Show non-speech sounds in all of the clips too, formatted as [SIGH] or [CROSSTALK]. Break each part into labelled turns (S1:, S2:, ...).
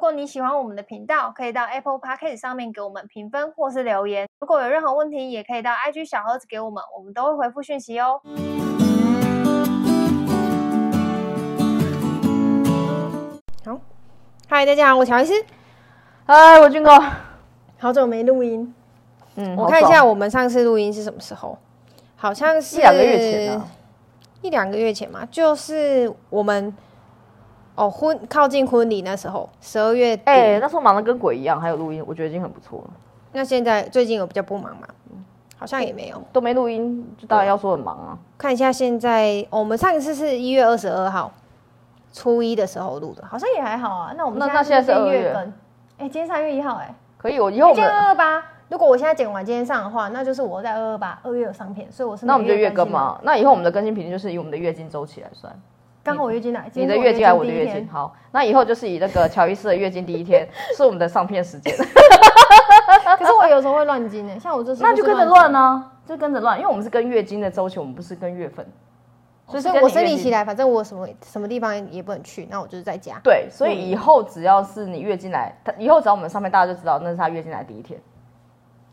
S1: 果你喜欢我们的频道，可以到 Apple Podcast 上面给我们评分或是留言。如果有任何问题，也可以到 IG 小盒子给我们，我们都会回复讯息哦。
S2: 好，嗨，大家好，我乔伊斯，
S3: 嗨，哎我俊哥，
S2: 好久没录音，
S3: 嗯
S2: 我看一下，我们上次录音是什么时候，好像是
S3: 一两个月前啊了，
S2: 一两个月前嘛，就是我们哦婚靠近婚礼那时候，十二月底。
S3: 哎、那时候忙得跟鬼一样，还有录音，我觉得已经很不错了，
S2: 那现在最近有比较不忙嘛？嗯好像也没有。
S3: 都没录音，就当然要说很忙啊。
S2: 看一下现在，哦我们上一次是一月二十二号，初一的时候录的，好像也还好啊。那我们
S3: 那那现在是
S2: 1
S3: 二月，
S2: 份，哎、今天三月一号、哎，
S3: 可以，我以后我
S2: 今天
S3: 们
S2: 二二八。如果我现在剪完今天上的话，那就是我在二二八二月有上片，所以我是
S3: 那我们就
S2: 每
S3: 月
S2: 更
S3: 更
S2: 新的。啊
S3: 嘛，那以后我们的更新频率就是以我们的月经周期来算，
S2: 刚
S3: 嗯
S2: 好我月经来，今
S3: 你
S2: 天
S3: 的
S2: 是
S3: 月经还是我的
S2: 第一
S3: 月
S2: 天
S3: 经，，好，那以后就是以那个乔伊斯的月经第一天是我们的上片时
S2: [LAUGHS]
S3: 间，啊
S2: 可是我有时候会乱经哎，像我这次
S3: 那就跟着
S2: 是
S3: 乱啊，就跟着乱，因为我们是跟月经的周期，我们不是跟月份，所
S2: 经，
S3: 以是
S2: 所以
S3: 跟
S2: 我
S3: 你
S2: 生
S3: 月
S2: 理
S3: 经
S2: 期哎来，反正我什么什么地方也不能去，那我就是在家。
S3: 对，所以以
S2: 嗯
S3: 后只要是你月经来，他以后只要我们上面大家就知道那是他月经来第一天，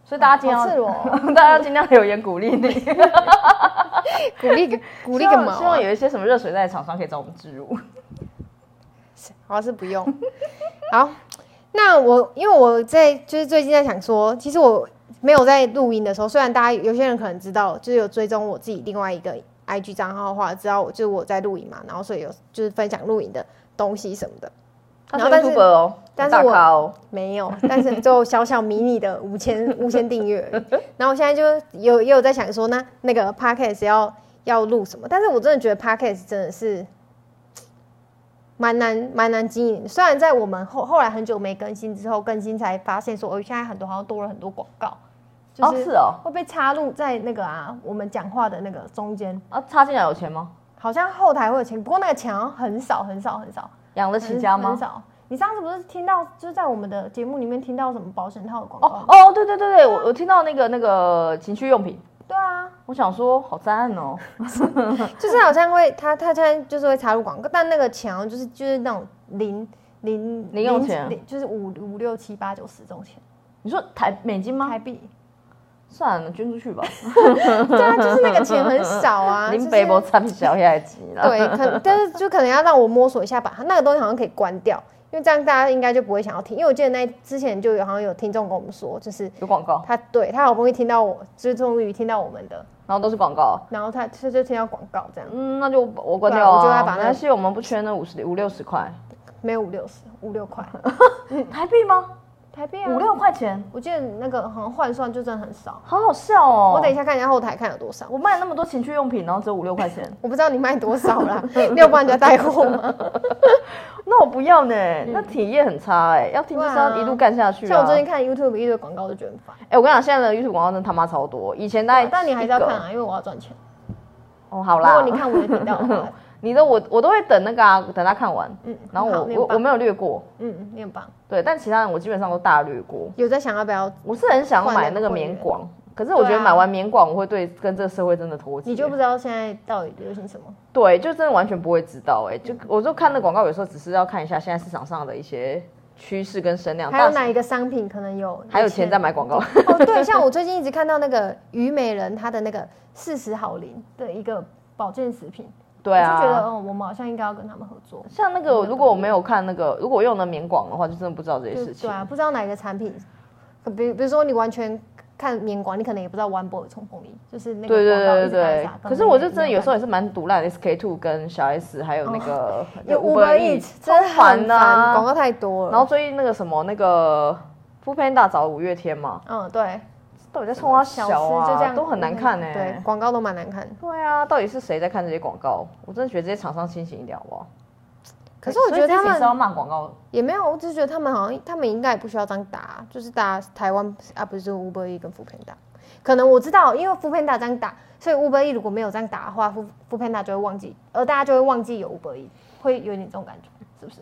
S3: 所以大家尽 [LAUGHS] 量、
S2: 好赤裸
S3: 大家尽量留言鼓励你，
S2: 鼓励个鼓励
S3: 希
S2: 个
S3: 望
S2: 毛
S3: 希望
S2: 啊！
S3: 有一些什么热水袋的厂商可以找我们植入。
S2: 好是不用。好，那我因为我在就是最近在想说，其实我没有在录音的时候，虽然大家有些人可能知道，就是有追踪我自己另外一个 IG 账号的话，知道我就是我在录影嘛，然后所以有就是分享录影的东西什么的，
S3: 他是
S2: 然后但是
S3: YouTuber 哦，
S2: 但是
S3: 大
S2: 我
S3: 咖哦，
S2: 没有， [LAUGHS] 但是就小小迷你的
S3: [LAUGHS]
S2: 五千五千订阅而已。然后我现在就有也有在想说，那那个 podcast 要要录什么？但是我真的觉得 podcast 真的是蛮难蛮难经营的。虽然在我们后后来很久没更新之后，更新才发现说，哦，现在很多好像多了很多广告，就
S3: 哦
S2: 是
S3: 是哦，
S2: 会被插入在那个啊我们讲话的那个中间，
S3: 啊插进来有钱吗？
S2: 好像后台会有钱，不过那个钱好像很少很少很少。
S3: 养得起家
S2: 嗯很
S3: 吗？
S2: 少。你上次不是听到，就是在我们的节目里面听到什么保险套的广告？
S3: 哦哦，对对对对，我我听到那个那个情趣用品，
S2: 对啊，
S3: 我想说好赞哦，
S2: 就是好像会，他他现在就是会插入广告，但那个钱好像就是就是那种零零
S3: 零用钱
S2: 零就是五五六七八九十这种钱
S3: 你说台美金吗
S2: 台？币。
S3: 算了，捐出去吧，
S2: [LAUGHS] 对啊，就是那个钱很少 [LAUGHS] 啊。
S3: 林
S2: 就是
S3: 北博参小下集了。
S2: 对，可能但是就可能要让我摸索一下吧。那个东西好像可以关掉，因为这样大家应该就不会想要听。因为我记得那之前就有好像有听众跟我们说，就是
S3: 有广告，
S2: 他对他好不容易听到我，就是终于听到我们的，
S3: 然后都是广告。
S2: 然后他他就听到广告这样。
S3: 嗯，那就我关掉啊。
S2: 对啊我就要把那
S3: 没关系，我们不缺那五十五六十块
S2: 没有五六十，五六块
S3: 台币啊吗？
S2: 台币
S3: 五，六块钱，
S2: 我记得那个好像换算就真的很少。
S3: 好好笑哦！
S2: 我等一下看一下后台看有多少，
S3: 我卖了那么多情趣用品，然后只有五六块钱，
S2: 我不知道你卖多少啦，你有帮人家带货吗？
S3: [LAUGHS] 那我不要呢，那体验很差哎。要听就是
S2: 对
S3: 要
S2: 啊
S3: 一路干下去啊。
S2: 像我最近看 YouTube 一堆广告就觉得很烦，
S3: 哎，我跟你讲，现在的 YouTube 广告真的他妈超多，以前大概
S2: 但你还是要
S3: 一个
S2: 看啊，因为我要赚钱。
S3: 哦，哎好
S2: 如
S3: 啦。
S2: 果你看我的频道的
S3: [LAUGHS]
S2: 话，
S3: 你的我我都会等那个啊，等他看完，
S2: 嗯，
S3: 然后
S2: 很
S3: 我
S2: 好你
S3: 我
S2: 很棒
S3: 我没有略过，
S2: 嗯，你很棒。
S3: 对，但其他人我基本上都大略过。
S2: 有在想要不要？
S3: 我是很想买那个棉广，可是我觉得
S2: 对啊
S3: 买完棉广，我会对跟这个社会真的脱节。
S2: 你就不知道现在到底流行什么？
S3: 对，就真的完全不会知道哎、就我就看那广告，有时候只是要看一下现在市场上的一些趋势跟声量，
S2: 还有
S3: 但是
S2: 哪一个商品可能有？
S3: [LAUGHS] 还有钱在买广告，
S2: 哦，对，像我最近一直看到那个虞美人她的那个四十好龄的一个保健食品，
S3: [LAUGHS] 对
S2: 我就觉得，
S3: 啊。
S2: 哦，我们好像应该要跟他们合作。
S3: 像那个，如果我没有看那个，如果我用了棉广的话，就真的不知道这些
S2: 就
S3: 事情。
S2: 对啊，不知道哪一个产品，可比比如说你完全看棉广，你可能也不知道 One Boy 冲锋衣，就是那个
S3: 对对
S2: 广告
S3: 对对
S2: 一直打一
S3: 对
S2: 直打。
S3: 可是我就真的有时。
S2: 根本没有哦
S3: 候也是蛮毒辣的，SK two 跟小 S 还有那个
S2: 有
S3: Uber
S2: Uber
S3: Eats，
S2: Eats，真的
S3: 超烦
S2: 很
S3: 的
S2: 烦，
S3: 啊。
S2: 广告太多了。
S3: 然后最近那个什么那个 f o o Panda 找五月天嘛，
S2: 嗯，对，
S3: 到底在冲他
S2: 小
S3: 小
S2: 吃就这
S3: 啊，
S2: 样
S3: 都很难看哎、
S2: 对，广告都蛮难看。
S3: 对啊，到底是谁在看这些广告？我真的觉得这些厂商清醒一点好不好？
S2: 可是我觉得他
S3: 所以这一集是要
S2: 们
S3: 骂广告，
S2: 也没有，我只是觉得他们好像他们应该也不需要这样打，就是打台湾啊，不是 Uber E 跟 f o o Panda。可能我知道，因为 f o o Panda 这样打，所以 Uber E 如果没有这样打的话 f o o Panda 就会忘记，而大家就会忘记有 Uber E，会有点这种感觉，是不是？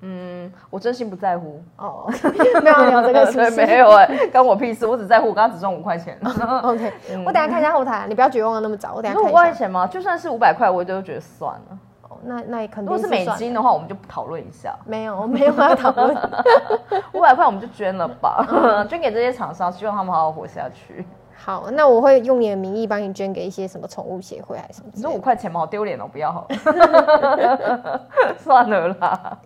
S3: 嗯，我真心不在乎。
S2: 哦， [LAUGHS] 没有聊这个是
S3: [LAUGHS]
S2: 不
S3: 对
S2: 是？
S3: 没有哎、关我屁事，哦我只在乎我刚刚只赚五块钱。
S2: OK，、我等一下看一下后台啊，你不要绝望的那么早，我等
S3: 你
S2: 一
S3: 说
S2: 下
S3: 五
S2: 看
S3: 块
S2: 一下。
S3: 钱吗？就算是五百块，我都觉得算了。
S2: 哦那那肯
S3: 如果
S2: 定
S3: 嗯
S2: 是
S3: 是美
S2: 算
S3: 金的话，我们就讨论一下。
S2: 没有没有要讨论。 [LAUGHS]
S3: 五百块我们就捐了 [LAUGHS] 吧，捐给这些厂商，希望他们好好活下去。
S2: 好，那我会用你的名义帮你捐给一些什么宠物协会还是什么之
S3: 你
S2: 类的
S3: 说五块钱吗？好丢脸哦，不要 [LAUGHS] 好了，算了啦。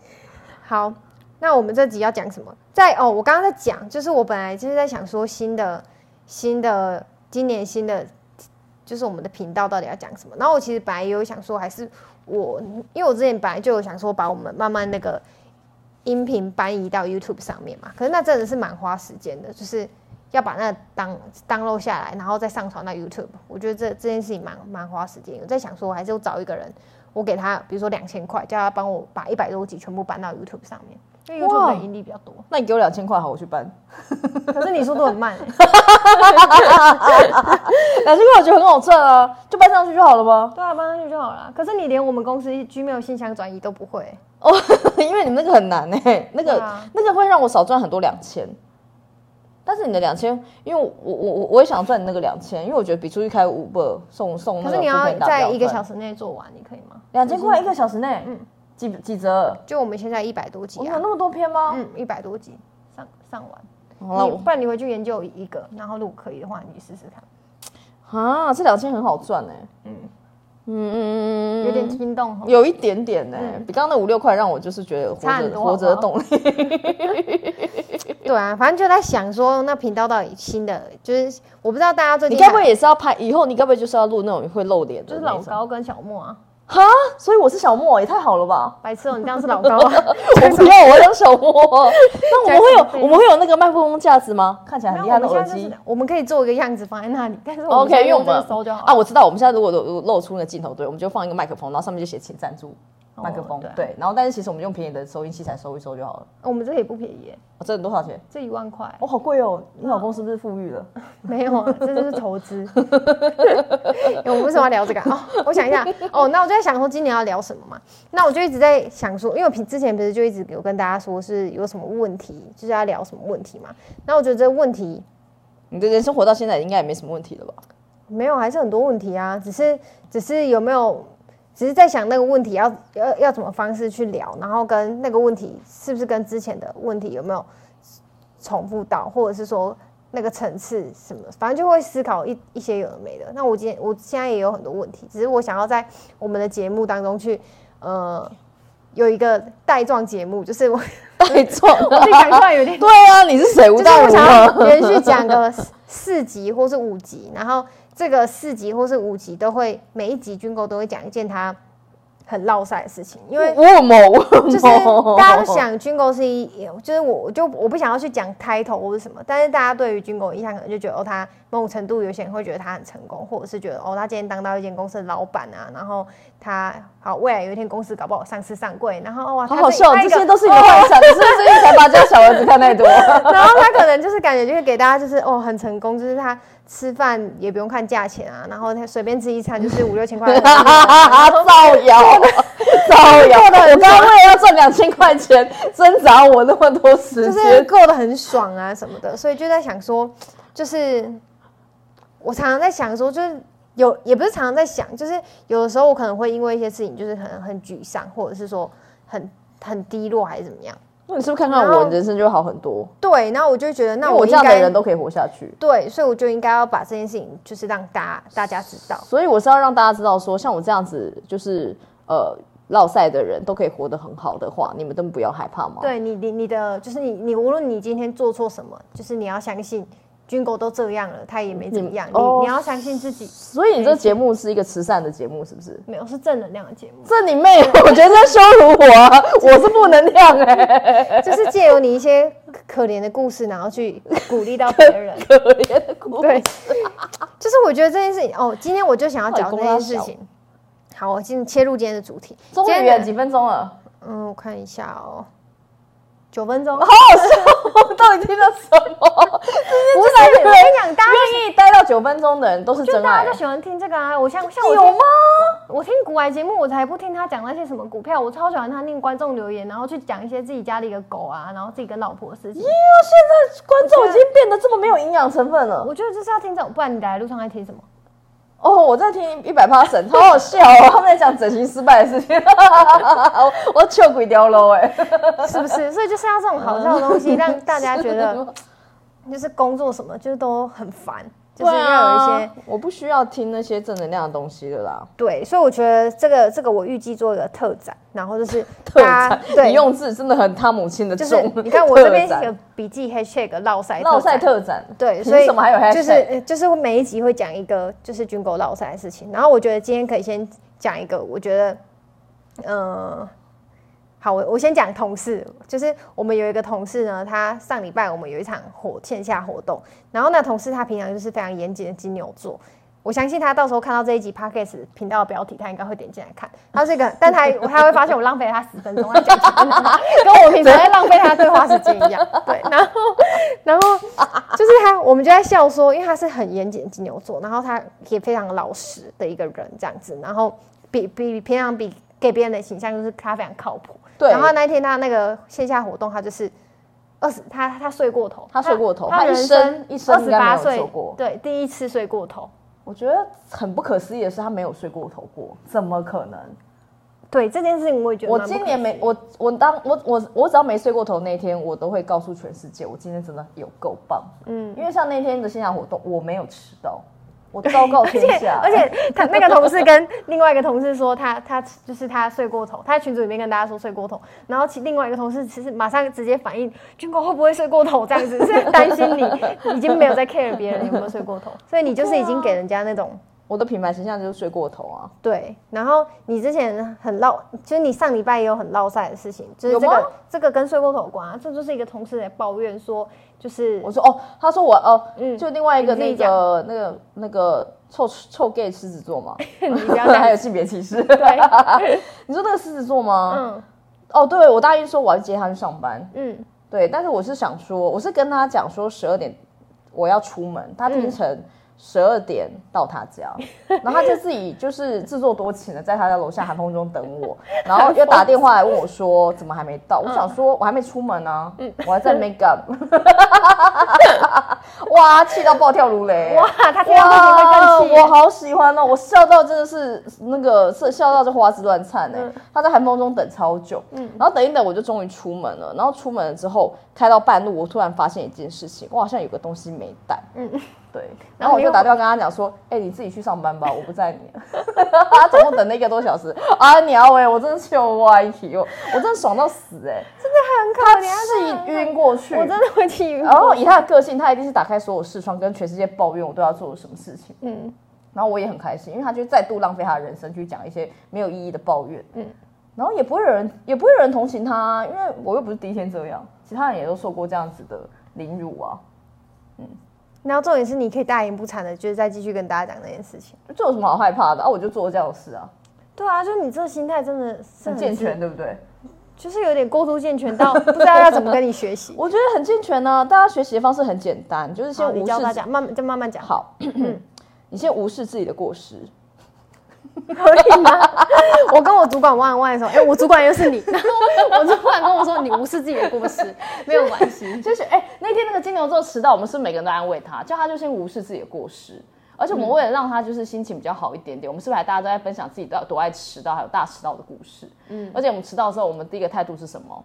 S2: 好，那我们这集要讲什么？在哦，我刚刚在讲，就是我本来就是在想说新的新的今年新的就是我们的频道到底要讲什么。然后我其实本来也有想说，还是我因为我之前本来就有想说把我们慢慢那个音频搬移到 YouTube 上面嘛，可是那真的是蛮花时间的，就是。要把那个当当漏下来，然后再上传到 YouTube，我觉得这这件事情蛮蛮花时间。我在想说，我还是我找一个人我给他，比如说两千块，叫他帮我把一百多集全部搬到 YouTube 上面，因为 YouTube
S3: 哇
S2: 的盈利比较多。 [LAUGHS]
S3: 那你给我两千块，好，我去搬。
S2: 可是你速度很慢，欸
S3: 两千块我觉得很好赚啊，就搬上去就好了吗？
S2: 对啊，搬上去就好了。可是你连我们公司 Gmail 信箱转移都不会，
S3: 哦， [LAUGHS] 因为你们那个很难哎、那
S2: 对
S3: 个、
S2: 啊
S3: 那个会让我少赚很多两千。但是你的两千，因为我我我我也想赚你那个两千，因为我觉得比出去开五百送送那
S2: 可
S3: 个
S2: 是你要在一个小
S3: 时
S2: 时内做完，你可以吗？
S3: 两千块一个小时内，嗯，几几折？
S2: 就我们现在一百多集
S3: 我们有
S2: 啊，
S3: 那么多篇吗？
S2: 嗯，一百多集上上完，
S3: 好了，
S2: 你
S3: 我
S2: 不然你回去研究一个，然后如果可以的话，你试试看。
S3: 啊，这两千很好赚哎、嗯
S2: 嗯
S3: 嗯嗯嗯，
S2: 有点心动吼，
S3: 有一点点呢、比刚刚那五六块让我就是觉得活
S2: 差
S3: 着
S2: 很多
S3: 活着的
S2: [LAUGHS]
S3: 动力。
S2: 对啊，反正就在想说，那频道到底新的，就是我不知道大家最
S3: 你
S2: 近
S3: 该不会
S2: 看
S3: 也是要拍？以后你该不会就是要录那种会露脸的
S2: 就是
S3: 那
S2: 老
S3: 种？
S2: 高跟小莫啊，
S3: 哈，所以我是小莫，欸也太好了吧！
S2: 白痴哦，你当然是老高啊，
S3: [LAUGHS] 我不
S2: [LAUGHS]
S3: 要，我当小莫。那我们会
S2: 讲什么
S3: 有我们会有那个麦克风架子吗？看起来很
S2: 那
S3: 厉害的
S2: 我
S3: 耳
S2: 们现在就
S3: 机哦
S2: 是。我们可以做一个样子放在那里，但是我
S3: OK，因为我
S2: 用这
S3: 们
S2: 个收就好
S3: 啊，我知道，我们现在如果露露出那个镜头，对，我们就放一个麦克风，然后上面就写请赞助麦克风
S2: 对啊，
S3: 对。然后但是其实我们用便宜的收音器材收一收就好了。
S2: 我们这也不便宜耶，
S3: 哦这多少钱？
S2: 这一万块
S3: 哦，好贵哦！你老公是不是富裕了？
S2: 没有啊，这就是投资。 [LAUGHS] 我们为什么要聊这个啊？哦，我想一下，哦，那我就在想说今年要聊什么嘛？那我就一直在想说，因为我平之前不是就一直有跟大家说是有什么问题，就是要聊什么问题嘛。那我觉得这问题
S3: 你的人生活到现在应该也没什么问题
S2: [LAUGHS]
S3: 了吧？
S2: 没有，还是很多问题啊，只是只是有没有，只是在想那个问题要要要怎么方式去聊，然后跟那个问题是不是跟之前的问题有没有重复到，或者是说那个层次什么，反正就会思考一一些有的没的。那我今天我现在也有很多问题，只是我想要在我们的节目当中去呃有一个带状节目，就是我 [LAUGHS]
S3: 带状，
S2: 我自己讲出来有点
S3: 对啊，你是谁？吴
S2: 就是
S3: 大
S2: 我
S3: 武
S2: 想
S3: 吗？
S2: 要连续讲个四四集或是五集，然后这个四集或是五集都会每一集军购都会讲一件他很落塞的事情，因为
S3: 我有某，我有
S2: 就是
S3: 某
S2: 大家都想军购是一，就是我我就我不想要去讲 title 或是什么，但是大家对于军购的印象可能就觉得哦，他某种程度有些人会觉得他很成功，或者是觉得哦，他今天当到一间公司的老板啊，然后他好未来有一天公司搞不好上市上柜，然后哦哇，
S3: 好
S2: 他
S3: 好
S2: 这
S3: 笑，
S2: 他
S3: 这
S2: 一个
S3: 些都是你的幻想，你是不是最近才把家小儿子看太多？，
S2: 然后他可能就是感觉就是给大家就是哦很成功，就是他吃饭也不用看价钱啊，然后他随便吃一餐就是五六千块
S3: [LAUGHS] 造 [LAUGHS] 谣，造谣！我刚刚为了要赚两千块钱，挣扎我那么多时
S2: 就是
S3: 间。
S2: 过得很爽啊什么的，所以就在想说，就是我常常在想说，就是有也不是常常在想，就是有的时候我可能会因为一些事情就是很很沮丧，或者是说很很低落还是怎么样。
S3: 那你是不是看看
S2: 然后
S3: 我，你人生就会好很多？
S2: 对，然后我就会觉得，
S3: 因
S2: 那
S3: 为我
S2: 我
S3: 这
S2: 应
S3: 样的
S2: 该
S3: 人都可以活下去。
S2: 对，所以我就应该要把这件事情就是让大大家知道。
S3: 所以我是要让大家知道说，像我这样子，就是呃，落赛的人都可以活得很好的话，你们真的不要害怕吗？，
S2: 对你，你你的就是你，你无论你今天做错什么，就是你要相信，军狗都这样了，他也没怎么样。你、
S3: 哦
S2: 你要相信自己，
S3: 所以你这节目是一个慈善的节目，是不是？
S2: 没有是正能量的节目，
S3: 这你妹！我觉得在羞辱我啊，我是负能量哎、
S2: 就是借由你一些可可怜的故事，然后去鼓励到别人。
S3: [LAUGHS] 可怜的哭。
S2: 对，就是我觉得这件事情哦，今天我就想要
S3: 老
S2: 讲这
S3: 公要
S2: 件事
S3: 小
S2: 情。好，我进切入今天的主题。
S3: 终
S2: 今天
S3: 于
S2: 的
S3: 耶几分钟了，
S2: 嗯，我看一下哦，九分
S3: 哦
S2: 钟。
S3: 我到底听了什么？
S2: 不是，我跟你讲，大家
S3: 愿意待到九分钟的人都是
S2: 就
S3: 真
S2: 大
S3: 爱
S2: 家就。喜欢听这个啊！我像像我
S3: 有
S2: 听
S3: 吗？
S2: 我听古玩节目，我才不听他讲那些什么股票，我超喜欢他念观众留言，然后去讲一些自己家里的狗啊，然后自己跟老婆的事情。
S3: 哎呦，现在观众已经变得这么没有营养成分了。 [LAUGHS]
S2: 我觉得就是要听这种，不然你来路上在听什么？
S3: 哦，我在听一百 percent，好好笑哦！他们在讲整形失败的事情， [LAUGHS] 我我糗鬼掉喽哎！
S2: 是不是？所以就是要这种好笑的
S3: [LAUGHS]
S2: 东西，让大家觉得就是工作什么就是都很烦，就是要有一些
S3: 对啊我不需要听那些正能量的东西了啦。
S2: 对。所以我觉得这个这个我预计做一个特展，然后就是
S3: 特
S2: 大家
S3: 展， [LAUGHS]
S2: 对
S3: 啊你用字真的很他母亲的
S2: 就
S3: 重。
S2: 是你看我这边
S3: 特展
S2: 有笔记 hashtag 绕赛
S3: 绕赛
S2: 展
S3: 特 [LAUGHS] 展，
S2: 对，
S3: 凭
S2: 所以
S3: 什么还有 hashtag？
S2: 就是呃就是会每一集会讲一个就是军狗老三的事情。然后我觉得今天可以先讲一个，我觉得，呃，好，我我先讲同事，就是我们有一个同事呢，他上礼拜我们有一场活线下活动，然后那同事他平常就是非常严谨的金牛座。我相信他到时候看到这一集 podcast 频道的标题，他应该会点进来看。他是一个，但他他会发现我浪费了他十分钟在讲这个人话， [LAUGHS] 跟我平常在浪费他的对话时间一样。对，然后然后就是他，我们就在笑说，因为他是很严谨的金牛座，然后他也非常老实的一个人，这样子，然后比比平常比给别人的形象就是他非常靠谱。
S3: 对
S2: 然后那一天他那个线下活动，他就是二十，他他睡过头，
S3: 他睡过头
S2: 他
S3: 他
S2: 人
S3: 一生
S2: 生
S3: 一生
S2: 二
S3: 应
S2: 十
S3: 该没
S2: 八
S3: 有
S2: 岁
S3: 睡过，
S2: 对，第一次睡过头，
S3: 我觉得很不可思议的是，他没有睡过头过，怎么可能？
S2: 对这件事情我也觉得
S3: 我
S2: 蛮不
S3: 今
S2: 可
S3: 年没我我当我我我只要没睡过头那一天，我都会告诉全世界，我今天真的有够棒。嗯，因为像那天的线下活动，我没有迟到，我
S2: [LAUGHS]
S3: 昭告
S2: 而
S3: 天
S2: 且 [LAUGHS]
S3: 下。
S2: 而且他那个同事跟另外一个同事说他，他就是他睡过头，他在群组里面跟大家说睡过头，然后其另外一个同事其实马上直接反应，军哥会不会睡过头这样子，是担心你已经没有在 care 别人有没有睡过头，所以你就是已经给人家那种。
S3: 我的品牌形象就是睡过头啊，
S2: 对，然后你之前很闹，就是你上礼拜也有很闹赛的事情，就是
S3: 有
S2: 这
S3: 吗
S2: 个这个跟睡过头有关、啊，这就是一个同事在抱怨说，就是
S3: 我说哦，他说我哦，
S2: 嗯
S3: 就另外一个
S2: 你自
S3: 那
S2: 己
S3: 个那个那个臭臭 gay 狮子座嘛，
S2: 你不要这
S3: [LAUGHS] 还有
S2: 样子，
S3: 性别歧视。
S2: 对，
S3: [LAUGHS] 你说那个狮子座吗？
S2: 嗯
S3: 哦，对，我答应说我要接他去上班，
S2: 嗯，
S3: 对，但是我是想说，我是跟他讲说十二点我要出门，他听成十二点到他家，然后他就自己就是自作多情的在他家楼下寒风中等我，然后又打电话来问我说怎么还没到，我想说我还没出门啊，我还在 make up，哇，气到爆跳如雷，
S2: 哇，他听到这集会更气耶，
S3: 我好喜欢哦！我笑到真的是那个是笑到这花枝乱颤哎、
S2: 嗯
S3: 他在寒风中等超久，嗯，然后等一等，我就终于出门了。然后出门了之后，开到半路，我突然发现一件事情，我好像有个东西没带，嗯，
S2: [LAUGHS]
S3: 对。然后我就打电话跟他讲说，哎、你自己去上班吧，我不载你。 [LAUGHS] 他总共等了一个多小时啊！鸟哎、我真的秀歪题，我我真的爽到死哎、
S2: [LAUGHS] 很可怜，啊
S3: 是晕过去，
S2: 我真的会气晕。
S3: 然后哦以他的个性，他一定是打开所有视窗，跟全世界抱怨我对他做了什么事情。嗯，然后我也很开心，因为他就再度浪费他的人生去讲一些没有意义的抱怨。嗯，然后也不会有人，也不会有人同情他啊，因为我又不是第一天这样，其他人也都受过这样子的凌辱啊，
S2: 然后重点是，你可以大言不惭的，就是再继续跟大家讲那件事情。
S3: 这有什么好害怕的啊？我就做这样的事啊，
S2: 对啊，就是你这个心态真的是
S3: 很
S2: 很
S3: 健，全，对不对？
S2: 就是有点过度健全到不知道要怎么跟你学习。
S3: 我觉得很健全呢、大家学习的方式很简单，就是先
S2: 好，
S3: 无
S2: 你
S3: 视
S2: 教大
S3: 自
S2: 家嗯慢慢，就慢慢讲，
S3: 好， [CLEARS THROAT] 你先无视自己的过
S2: [LAUGHS]
S3: 失。
S2: 可以吗？我跟我主管万万说，哎、我主管又是你，然后我主管跟我说，你无视自己的过失，没有关系。
S3: [LAUGHS] 就是哎、那天那个金牛座迟到，我们是每个人都安慰他，叫他就先无视自己的过失。而且我们为了让他就是心情比较好一点点，我们是不是还大家都在分享自己到底多爱迟到，还有大迟到的故事？嗯，而且我们迟到的时候，我们第一个态度是什么？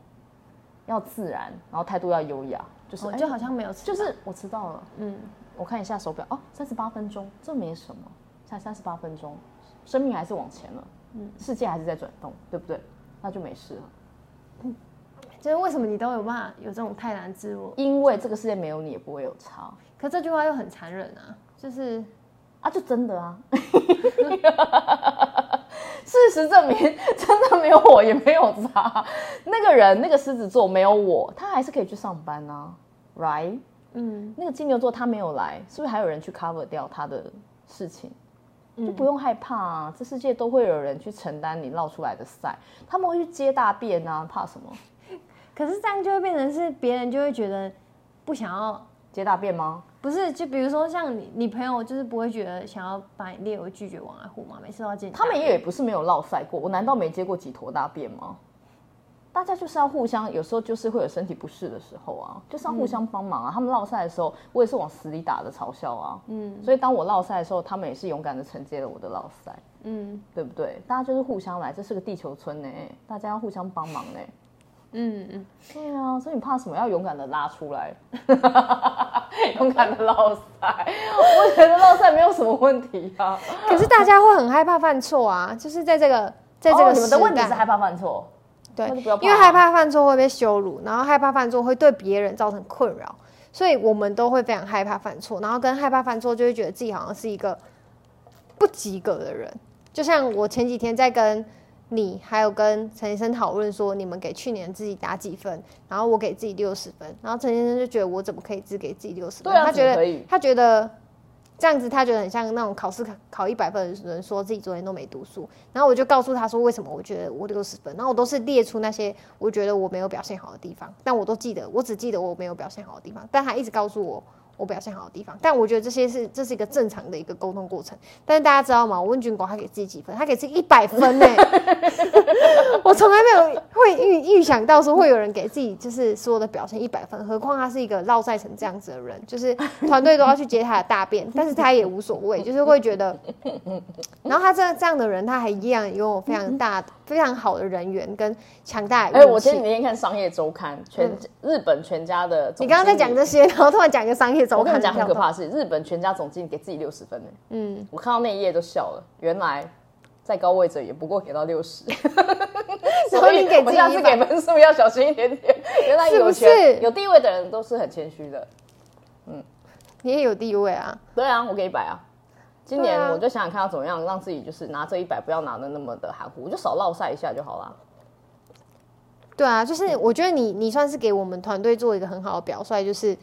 S3: 要自然，然后态度要优雅，就是、
S2: 我
S3: 哎
S2: 哦就好像没有吃，
S3: 就是我迟到了，嗯，我看一下手表，哦，三十八分钟，这没什么，才三十八分钟，生命还是往前了，嗯，世界还是在转动，对不对？那就没事了，
S2: 就是为什么你都有办法有这种泰然自若？
S3: 因为这个世界没有你也不会有差。
S2: 可这句话又很残忍啊，就是
S3: 啊，就真的啊。 [LAUGHS] 事实证明， [LAUGHS] 真的没有我，也没有他。那个人，那个狮子座没有我，他还是可以去上班啊，right？嗯，那个金牛座他没有来，是不是还有人去 cover 掉他的事情？就不用害怕啊，这世界都会有人去承担你闹出来的赛，他们会去接大便啊，怕什么？
S2: 可是这样就会变成是别人就会觉得不想要，
S3: 接大便吗？
S2: 不是就比如说像你你朋友就是不会觉得想要把你列为拒绝王爱户嘛，每次都要见你
S3: 他们
S2: 大
S3: 也不是没有落赛过，我难道没接过几坨大便吗？大家就是要互相，有时候就是会有身体不适的时候啊，就是要互相帮忙啊。他们落赛的时候，我也是往死里打的嘲笑啊。嗯，所以当我落赛的时候，他们也是勇敢的承接了我的落赛，
S2: 嗯
S3: 对不对？大家就是互相来，这是个地球村呢、大家要互相帮忙呢、
S2: 嗯嗯，
S3: 对啊，所以你怕什么？要勇敢的拉出来， [LAUGHS] 勇敢的落赛。我觉得落赛没有什么问题啊。
S2: 可是大家会很害怕犯错啊，就是在这个在这
S3: 哦
S2: 个
S3: 你们的
S2: 时
S3: 问题
S2: 代
S3: 是害怕犯错，
S2: 对
S3: 那就不要，
S2: 因为
S3: 怕
S2: 害怕犯错会被羞辱，然后害怕犯错会对别人造成困扰，所以我们都会非常害怕犯错，然后跟害怕犯错就会觉得自己好像是一个不及格的人。就像我前几天在跟你还有跟陈医生讨论说，你们给去年自己打几分，然后我给自己六十分，然后陈先生就觉得我怎么可以只给自己六十分？
S3: 对啊
S2: 他觉
S3: 怎么可
S2: 得
S3: 以
S2: 他觉得这样子，他觉得很像那种考试考考一百分的人说自己昨天都没读书，然后我就告诉他说为什么我觉得我六十分，然后我都是列出那些我觉得我没有表现好的地方，但我都记得，我只记得我没有表现好的地方，但他一直告诉我我表现好的地方，但我觉得这些是这是一个正常的一个沟通过程，但是大家知道吗？我问军广他给自己几分？他给自己一百分呢、 [LAUGHS] 我从来没有会预预想到说会有人给自己就是所有的表现一百分，何况他是一个绕赛成这样子的人，就是 [LAUGHS] 团队都要去接他的
S3: [LAUGHS]
S2: 大便，但是他也无所谓，就是会觉得，然后他这这样的人，他还一样拥有非常大、
S3: [LAUGHS]
S2: 非常好的人缘跟强大的
S3: 哎、
S2: 运
S3: 我前几
S2: 气。
S3: 天看《商业周刊》，全、日本全家的总
S2: 嗯你刚刚在讲
S3: 经理，
S2: 这些，然后突然讲一个商业周
S3: 我跟
S2: 刊，
S3: 你讲很可
S2: 跳
S3: 怕的是，日本全家总经理给自己六十分呢。嗯，我看到那一页都笑了，原来。在高位者也不过给到六
S2: [LAUGHS]
S3: 十，
S2: 动，然后
S3: 所以
S2: 你给
S3: 我
S2: 自己
S3: 下次
S2: 一
S3: 给
S2: 百，
S3: 分数要小心一点点。原来
S2: 是不
S3: 有
S2: 是
S3: 权有地位的人都是很谦虚的。
S2: 你也有地位啊。
S3: 对啊，我给一百啊。今年
S2: 对啊
S3: 我就想想看要怎么样让自己就是拿这一百不要拿的那么的含糊，我就少落晒一下就好啦。
S2: 对啊，就是我觉得你你算是给我们团队做一个很好的表率，就是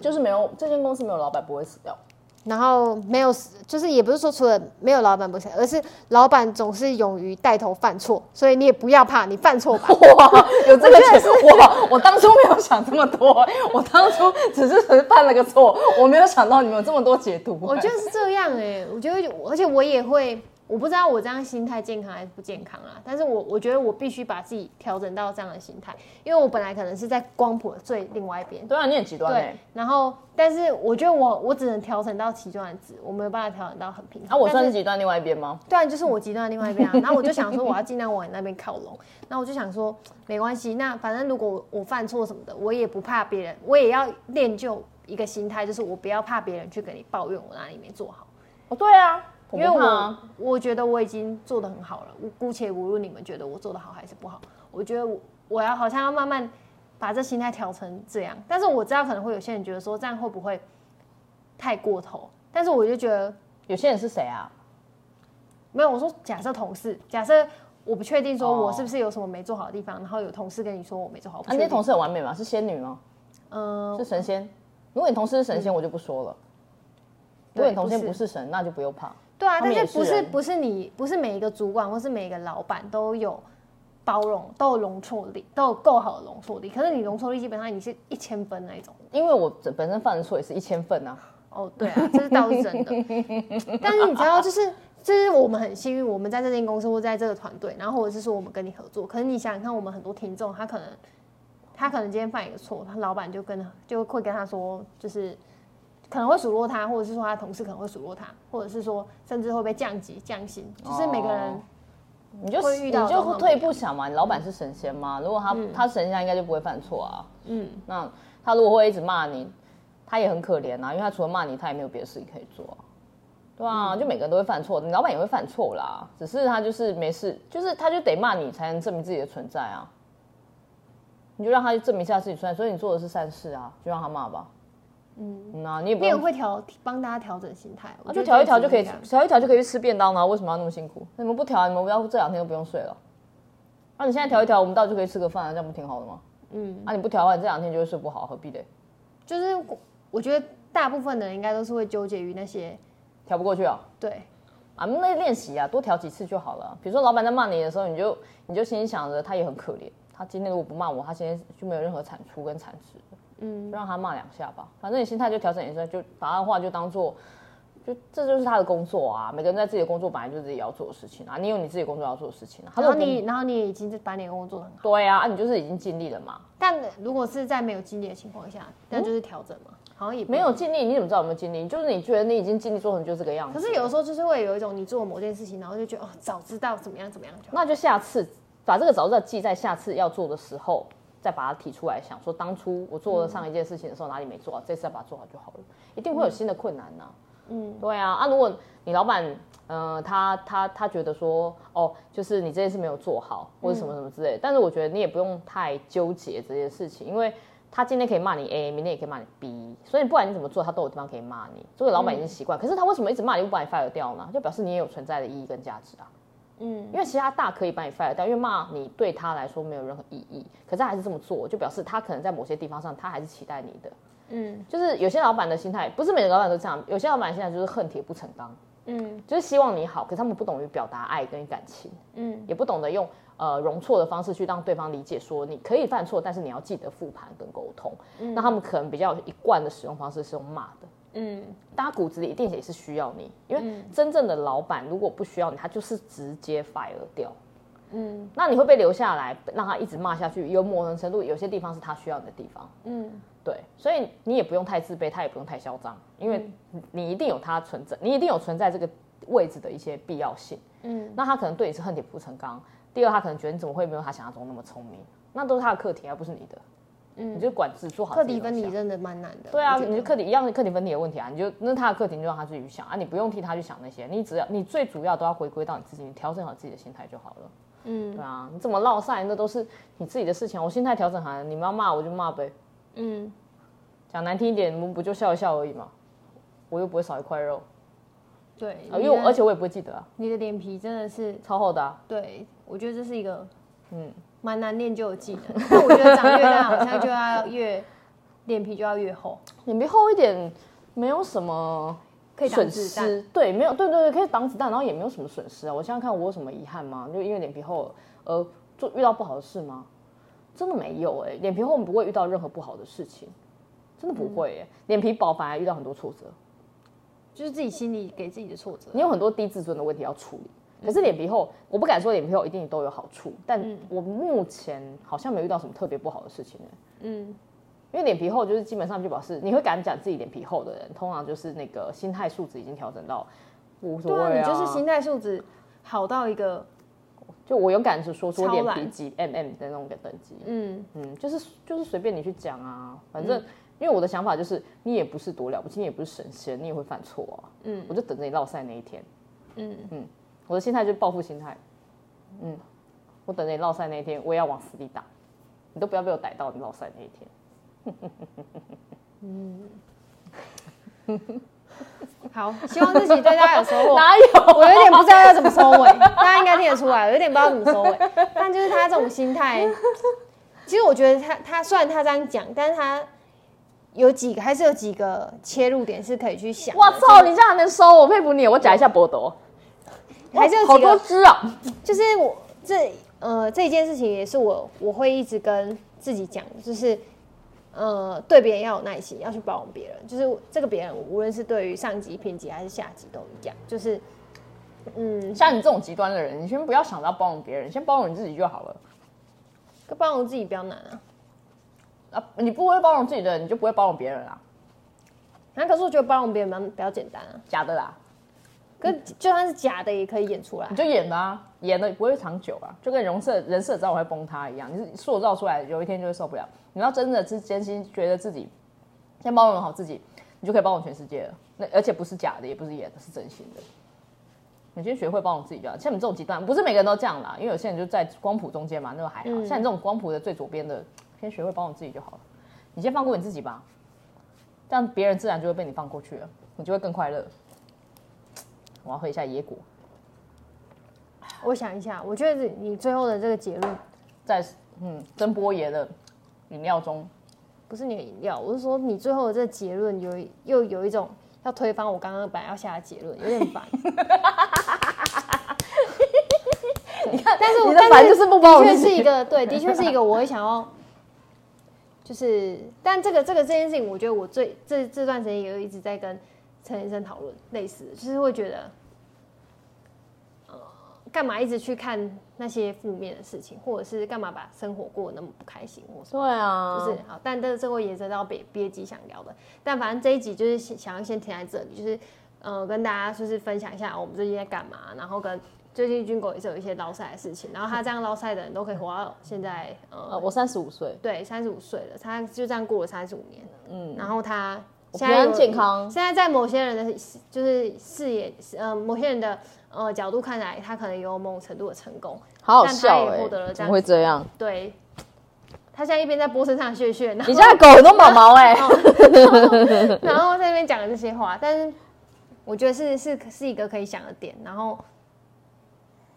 S3: 就是没有这间公司没有老板不会死掉。
S2: 然后没有，就是也不是说除了没有老板不行，而是老板总是勇于带头犯错，所以你也不要怕，你犯错吧。
S3: 哇，有这个解释哇！我当初没有想这么多，我当初只是犯了个错，我没有想到你们有这么多解读。
S2: [LAUGHS] 我觉得是这样哎、我觉得，而且我也会，我不知道我这样心态健康还是不健康啊。但是我我觉得我必须把自己调整到这样的心态，因为我本来可能是在光谱的最另外一边，
S3: 对啊，你很极端哎、
S2: 对。然后，但是我觉得我我只能调整到极端值，我没有办法调整到很平衡。
S3: 啊，我
S2: 但
S3: 算是极端另外一边吗？
S2: 对啊，就是我极端的另外一边啊。然 [LAUGHS] 后我就想说，我要尽量往你那边靠拢。那我就想说，没关系，那反正如果我犯错什么的，我也不怕别人，我也要练就一个心态，就是我不要怕别人去跟你抱怨我哪里没做好，
S3: 哦，对啊，我
S2: 因为
S3: 不怕
S2: 我
S3: 啊。
S2: 我觉得我已经做的很好了。我姑且无论你们觉得我做的好还是不好，我觉得我我要好像要慢慢把这心态调成这样。但是我知道可能会有些人觉得说这样会不会太过头，但是我就觉得
S3: 有些人是谁啊？
S2: 没有，我说假设同事，假设我不确定说
S3: 哦
S2: 我是不是有什么没做好的地方，然后有同事跟你说我没做好，我不
S3: 啊，
S2: 确
S3: 那
S2: 定
S3: 些同事很完美吗？是仙女吗？
S2: 嗯、
S3: 是神仙？如果你同事是神仙，我就不说了。如果你同事
S2: 对
S3: 不
S2: 不
S3: 是神，那就不用怕。
S2: 对啊，
S3: 他们
S2: 但是
S3: 也是
S2: 不是
S3: 人
S2: 不是你不是每一个主管或是每一个老板都有包容，都有容错力，都有够好的容错力。可是你容错力基本上你是一千分那一种。
S3: 因为我本身犯的错也是一千份啊。
S2: 哦，对啊，这是倒是
S3: [LAUGHS]
S2: 真的。但是你知道，就是就是我们很幸运，我们在这间公司或在这个团队，然后或者是说我们跟你合作。可是你想想看，我们很多听众，他可能他可能今天犯一个错，他老板就跟就会跟他说，就是可能会数落他，或者是说他同事可能会数落他，或者是说甚至会被降级降薪，就是每个人。
S3: 哦你就
S2: 会遇到
S3: 你
S2: 的
S3: 就
S2: 状况
S3: 退一步想嘛，你老板是神仙嘛，如果他、
S2: 嗯
S3: 他神仙，他应该就不会犯错啊。嗯，那他如果会一直骂你，他也很可怜啊，因为他除了骂你，他也没有别的事情可以做啊。对啊，
S2: 嗯
S3: 就每个人都会犯错，你老板也会犯错啦，只是他就是没事，就是他就得骂你才能证明自己的存在啊。你就让他去证明一下自己存在，所以你做的是善事啊，就让他骂吧。嗯，那、你也不
S2: 你也
S3: 用
S2: 会调帮大家调整心态，我
S3: 啊，就
S2: 觉得
S3: 调一
S2: 这
S3: 调
S2: 样
S3: 就可以
S2: 子应该，
S3: 调一调就可以去吃便当了、啊为什么要那么辛苦？你们不调，你们不要这两天都不用睡了。那、你现在调一调，我们到就可以吃个饭了，这样不挺好的吗？嗯，啊，你不调的话，你这两天就会睡不好，何必嘞？
S2: 就是我我觉得大部分的人应该都是会纠结于那些
S3: 调不过去啊，
S2: 对
S3: 啊，那练习啊，多调几次就好了。比如说老板在骂你的时候，你就你就心里想着他也很可怜，他今天如果不骂我，他今天就没有任何产出跟产值。嗯，就让他骂两下吧，反正你心态就调整一下，就把他的话就当做就这就是他的工作啊，每个人在自己的工作本来就是自己要做的事情啊，你有你自己工作要做的事情啊。他
S2: 然后
S3: 说
S2: 你，然后你也已经把你的工作做得很好。
S3: 对啊，啊你就是已经尽力了嘛，
S2: 但如果是在没有经历的情况下，那就是调整嘛，好像也
S3: 嗯
S2: 不
S3: 没有。尽力你怎么知道有没有尽力？就是你觉得你已经尽力做成就这个样子，
S2: 可是有时候就是会有一种你做某件事情，然后就觉得哦，早知道怎么样怎么样就好。
S3: 那就下次把这个早知道记在下次要做的时候，再把它提出来，想说当初我做了上一件事情的时候哪里没做好，这次要把它做好就好了，一定会有新的困难呐、嗯，对啊，啊，如果你老板，呃，他他他觉得说，哦，就是你这件事没有做好，或者什么什么之类的，但是我觉得你也不用太纠结这件事情，因为他今天可以骂你 A，明天也可以骂你 B，所以不管你怎么做，他都有地方可以骂你。这个老板已经习惯，可是他为什么一直骂你不把你 fire 掉呢？就表示你也有存在的意义跟价值啊。因为其实他大可以把你 fire 掉，因为骂你对他来说没有任何意义，可是他还是这么做，就表示他可能在某些地方上，他还是期待你的。
S2: 嗯
S3: 就是有些老板的心态，不是每个老板都这样，有些老板现在就是恨铁不成钢，
S2: 嗯
S3: 就是希望你好，可是他们不懂于表达爱跟感情，
S2: 嗯
S3: 也不懂得用呃容错的方式去让对方理解说你可以犯错，但是你要记得复盘跟沟通。那他们可能比较一贯的使用方式是用骂的，
S2: 嗯
S3: 大家骨子里一定也是需要你，因为真正的老板如果不需要你，他就是直接 fire 掉。
S2: 嗯
S3: 那你会被留下来，让他一直骂下去，有某种程度，有些地方是他需要你的地方，
S2: 嗯
S3: 对，所以你也不用太自卑，他也不用太嚣张，因为
S2: 嗯
S3: 你你一定有他存在，你一定有存在这个位置的一些必要性。
S2: 嗯，
S3: 那他可能对你是恨铁不成钢，第二他可能觉得你怎么会没有他想象中那么聪明，那都是他的课题，而不是你的。嗯，你就管制做好
S2: 课
S3: 自己
S2: 题
S3: 的东
S2: 分
S3: 西啊。
S2: 离真的蛮难的。
S3: 对啊，
S2: 我觉得
S3: 你就课题一样的课题分你的问题啊，你就那是他的课题，你就让他自己去想啊，你不用替他去想那些，你只要你最主要都要回归到你自己，你调整好自己的心态就好了。嗯，对啊，你怎么落赛那都是你自己的事情啊，我心态调整好了，你们要骂我就骂呗，
S2: 嗯，
S3: 讲难听一点，你们不就笑一笑而已嘛，我又不会少一块肉，
S2: 对，
S3: 啊因
S2: 你
S3: 为我
S2: 的
S3: 而且我也不会记得啊，
S2: 你的脸皮真的是，
S3: 超厚的、啊，
S2: 对我觉得这是一个嗯蛮难练就的技能。 [LAUGHS] 但我觉得长越大好像就要越脸皮就要越厚，
S3: 脸皮厚一点，没有什么。
S2: 可以挡
S3: 损
S2: 子弹。
S3: 失，对，没有，对对对，可以挡子弹，然后也没有什么损失啊。我想想看，我有什么遗憾吗？就因为脸皮厚而做遇到不好的事吗？真的没有哎、脸皮厚不会遇到任何不好的事情，真的
S2: 嗯
S3: 不会哎、脸皮薄反而遇到很多挫折，
S2: 就是自己心里给自己的挫折。
S3: 你有很多低自尊的问题要处理。
S2: 嗯
S3: 可是脸皮厚，我不敢说脸皮厚一定都有好处，但我目前好像没有遇到什么特别不好的事情哎、
S2: 嗯
S3: 因为脸皮厚就是基本上就表示你会敢讲自己脸皮厚的人，通常就是那个心态素质已经调整到无所
S2: 对
S3: 谓
S2: 啊，你就是心态素质好到一个，
S3: 就我勇敢是说出
S2: 超
S3: 脸皮
S2: 懒
S3: 几 mm 的那种等级，
S2: 嗯
S3: 嗯，就是就是随便你去讲啊，反正、因为我的想法就是你也不是多了不起，你也不是神仙，你也会犯错啊，
S2: 嗯
S3: 我就等着你落赛那一天，
S2: 嗯
S3: 我的心态就是报复心态，嗯，我等着你落赛那一天，我也要往死里打，你都不要被我逮到你落赛那一天，
S2: 好，希望自己对大家有收获。
S3: 哪有？
S2: [LAUGHS] 我有点不知道要怎么收 [LAUGHS] 尾，大家应该听得出来，我有点不知道怎么收 [LAUGHS] 尾。但就是他这种心态，其实我觉得他他虽然他这样讲，但是他有几个还是有几个切入点是可以去想的。哦
S3: 我操！你这样还能收，我佩服你，我夹一下波多，
S2: 还是有
S3: 好
S2: 几
S3: 多
S2: 个，
S3: 只啊，
S2: 就是我这呃这件事情也是我我会一直跟自己讲，就是呃对别人要有耐心，要去包容别人，就是这个别人无论是对于上级、平级还是下级都一样，就是嗯
S3: 像你这种极端的人，你先不要想着要包容别人，先包容你自己就好了。
S2: 包容自己比较难啊。
S3: 啊，你不会包容自己的人，你就不会包容别人啊啦，
S2: 然后可是我觉得包容别人蛮比较简单啊，
S3: 假的啦，
S2: 可是就算是假的也可以演出来
S3: 你。就演的啊，演的也不会长久啊，就跟人设人设早晚会崩塌一样，你是塑造出来，有一天就会受不了。你要真的是真心觉得自己先包容好自己，你就可以包容全世界了。那而且不是假的，也不是演的，是真心的。你先学会包容自己就好。像你这种极端，不是每个人都这样啦，因为有些人就在光谱中间嘛，那个还好。像你这种光谱的最左边的，先学会包容自己就好了。你先放过你自己吧，这样别人自然就会被你放过去了，你就会更快乐。我要喝一下野果。
S2: 我想一下，我觉得你最后的这个结论
S3: 在嗯曾波爷的饮料中，
S2: 不是你的饮料，我是说你最后的这个结论有一又有一种要推翻我刚刚本来要下的结论，有点烦。
S3: 但是
S2: 我
S3: 你的
S2: [LAUGHS] 但
S3: 反正
S2: 是
S3: 就是不包容
S2: 的确
S3: 自
S2: 是
S3: 己
S2: 一个对，的确是一个我会想要，就是但这个这个这件事情，我觉得我最这这段时间也有一直在跟陈先生讨论类似的，就是会觉得，呃，干嘛一直去看那些负面的事情，或者是干嘛把生活过得那么不开心，或什么
S3: 对啊，
S2: 就是好，但这这会延伸到别别集想聊的，但反正这一集就是想想要先停在这里，就是呃跟大家就是分享一下我们最近在干嘛，然后跟最近军狗也是有一些捞赛的事情，然后他这样捞赛的人都可以活到现在
S3: 呃，
S2: 呃
S3: 我三十五岁，
S2: 对三十五岁了，他就这样过了三十五年，嗯，然后他
S3: 我
S2: 现
S3: 平
S2: 在
S3: 安
S2: 有
S3: 健康
S2: 现在在某些人的视就是视野呃某些人的呃角度看来，他可能有某种程度的成功，
S3: 好好
S2: 但他
S3: 笑
S2: 也
S3: 哎、
S2: 获得了这
S3: 怎
S2: 样
S3: 么会这样？
S2: 对。他现在一边在波身上血血，然后
S3: 你家的狗很多毛毛哎、
S2: 然后在那边讲这些话，但是我觉得是是是一个可以想的点，然后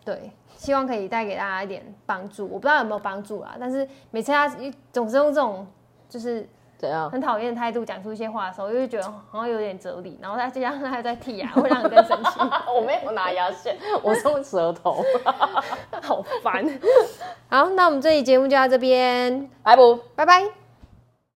S2: 对，希望可以带给大家一点帮助。我不知道有没有帮助啦，但是每次他总是用这种就是
S3: [LAUGHS] 怎样？
S2: 很讨厌的态度讲出一些话的时候，就会觉得好像有点哲理，然后再加上他还在剔牙，会让人更生气，
S3: [LAUGHS] 我没有拿牙线，我是用舌头。
S2: 好烦。好，那我们这期节目就到这边，
S3: [LAUGHS] 来不？
S2: 拜拜。